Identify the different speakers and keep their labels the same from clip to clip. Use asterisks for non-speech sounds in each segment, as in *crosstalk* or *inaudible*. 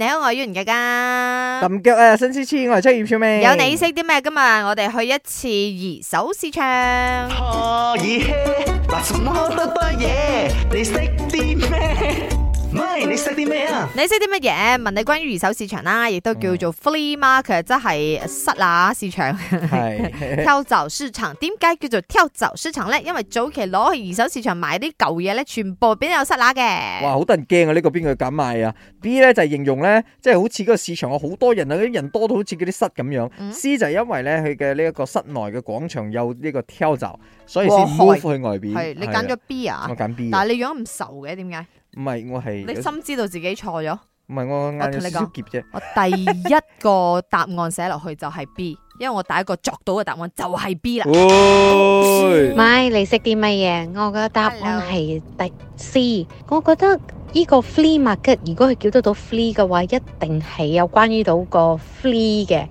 Speaker 1: 你好，我係袁嘅家。
Speaker 2: 林腳啊，新思痴，我係出葉小明。
Speaker 1: 有你識啲咩？今日我哋去一次二手市場。
Speaker 3: 嗯可以嘿，嗱什麼多多嘢，你識啲咩？咪你識啲咩啊？
Speaker 1: 你識啲乜嘢？問你關於二手市場啦，亦都叫做 flea market，即係室乸市場。
Speaker 2: *laughs* 係
Speaker 1: 跳蚤市場點解叫做跳蚤市場咧？因為早期攞去二手市場買啲舊嘢咧，全部邊有塞乸
Speaker 2: 哇，
Speaker 1: 嘅。
Speaker 2: 好得人驚啊！呢個邊個敢賣啊？B 咧就係形容咧，即係好似嗰個市場啊，好多人啊，啲人多到好似嗰啲室咁樣。
Speaker 1: 嗯
Speaker 2: C 就係因為咧佢嘅呢一個室內嘅廣場有呢個挑閘，所以先
Speaker 1: 禍害
Speaker 2: move 去外邊。
Speaker 1: 係你
Speaker 2: 係
Speaker 1: 揀
Speaker 2: 啦
Speaker 1: 咗 B 啊
Speaker 2: 我？揀 B 啊。
Speaker 1: 但係你樣咁愁嘅，點解？
Speaker 2: 唔係我係
Speaker 1: 你心知道自己錯咗。
Speaker 2: 唔係我
Speaker 1: 我
Speaker 2: 眼
Speaker 1: 同
Speaker 2: 有
Speaker 1: 你
Speaker 2: 少少澀啫。
Speaker 1: 我第一個答案寫落去就係 B，因為我第一個作到嘅答案就係 B 啦。
Speaker 2: 喂，
Speaker 4: 咪你識啲乜嘢？我嘅答案係第 C。我覺得呢個 flea market 如果佢叫得到 flea 嘅話，一定係有關於到個 flea 嘅。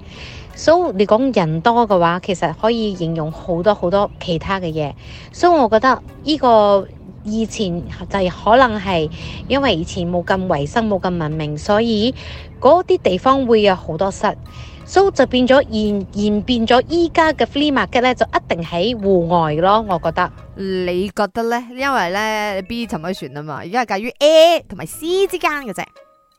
Speaker 4: 所以你講人多嘅話，其實可以形容好多好多其他嘅嘢。所以我覺得呢個以前就係可能係因為以前冇咁衞生、冇咁文明，所以嗰啲地方會有好多虱。所以就變咗現現變咗依家嘅 flea market 咧，就一定喺戶外咯，我覺得。
Speaker 1: 你覺得呢？因為呢 B 沉咗船啊嘛，而家係介於 A 同埋 C 之間嘅啫。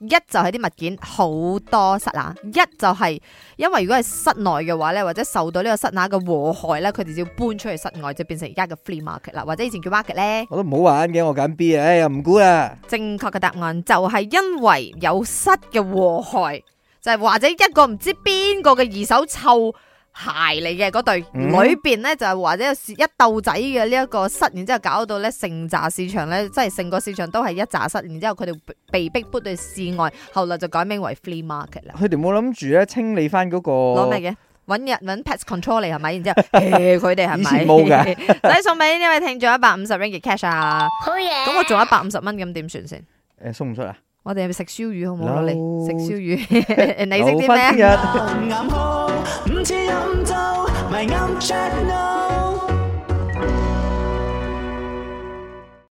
Speaker 1: 一就係啲物件好多虱乸，一就係因為如果係室內嘅話呢，或者受到呢個虱乸嘅禍害呢，佢哋就要搬出去室外，就變成而家嘅 flea market 啦，或者以前叫 market 呢。
Speaker 2: 我都唔好玩嘅，我揀 B 啊！哎呀，唔估啦。
Speaker 1: 正確嘅答案就係因為有虱嘅禍害，就係、或者一個唔知邊個嘅二手臭鞋嚟嘅嗰對，
Speaker 2: 嗯
Speaker 1: 裏邊咧就係或者有一竇仔嘅呢一個虱，然之後搞到咧成扎市場咧，即係成個市場都係一扎虱，然之後佢哋被逼搬到市外，後來就改名為 flea market 啦。
Speaker 2: 佢哋冇諗住咧清理翻嗰個
Speaker 1: 攞咩嘅？揾日揾 pest control 嚟係咪？然之後嘿佢哋係
Speaker 2: 以
Speaker 1: 咪？
Speaker 2: 前 *laughs* 冇
Speaker 1: *laughs*
Speaker 2: 㗎
Speaker 1: 所以送俾呢位聽眾一百五十 ringgit cash 啊！
Speaker 5: 好嘢。
Speaker 1: 咁我仲有一百五十蚊，咁點算先？
Speaker 2: 誒送唔出啊？
Speaker 1: 我哋係咪食燒魚好唔好？攞嚟食
Speaker 2: 扭
Speaker 1: 燒魚， *laughs* 你識
Speaker 2: 留
Speaker 1: 啲
Speaker 2: 返啊
Speaker 1: 咩啊
Speaker 2: 聽？日
Speaker 3: 唔啱好，唔似飲酒，咪啱 check no。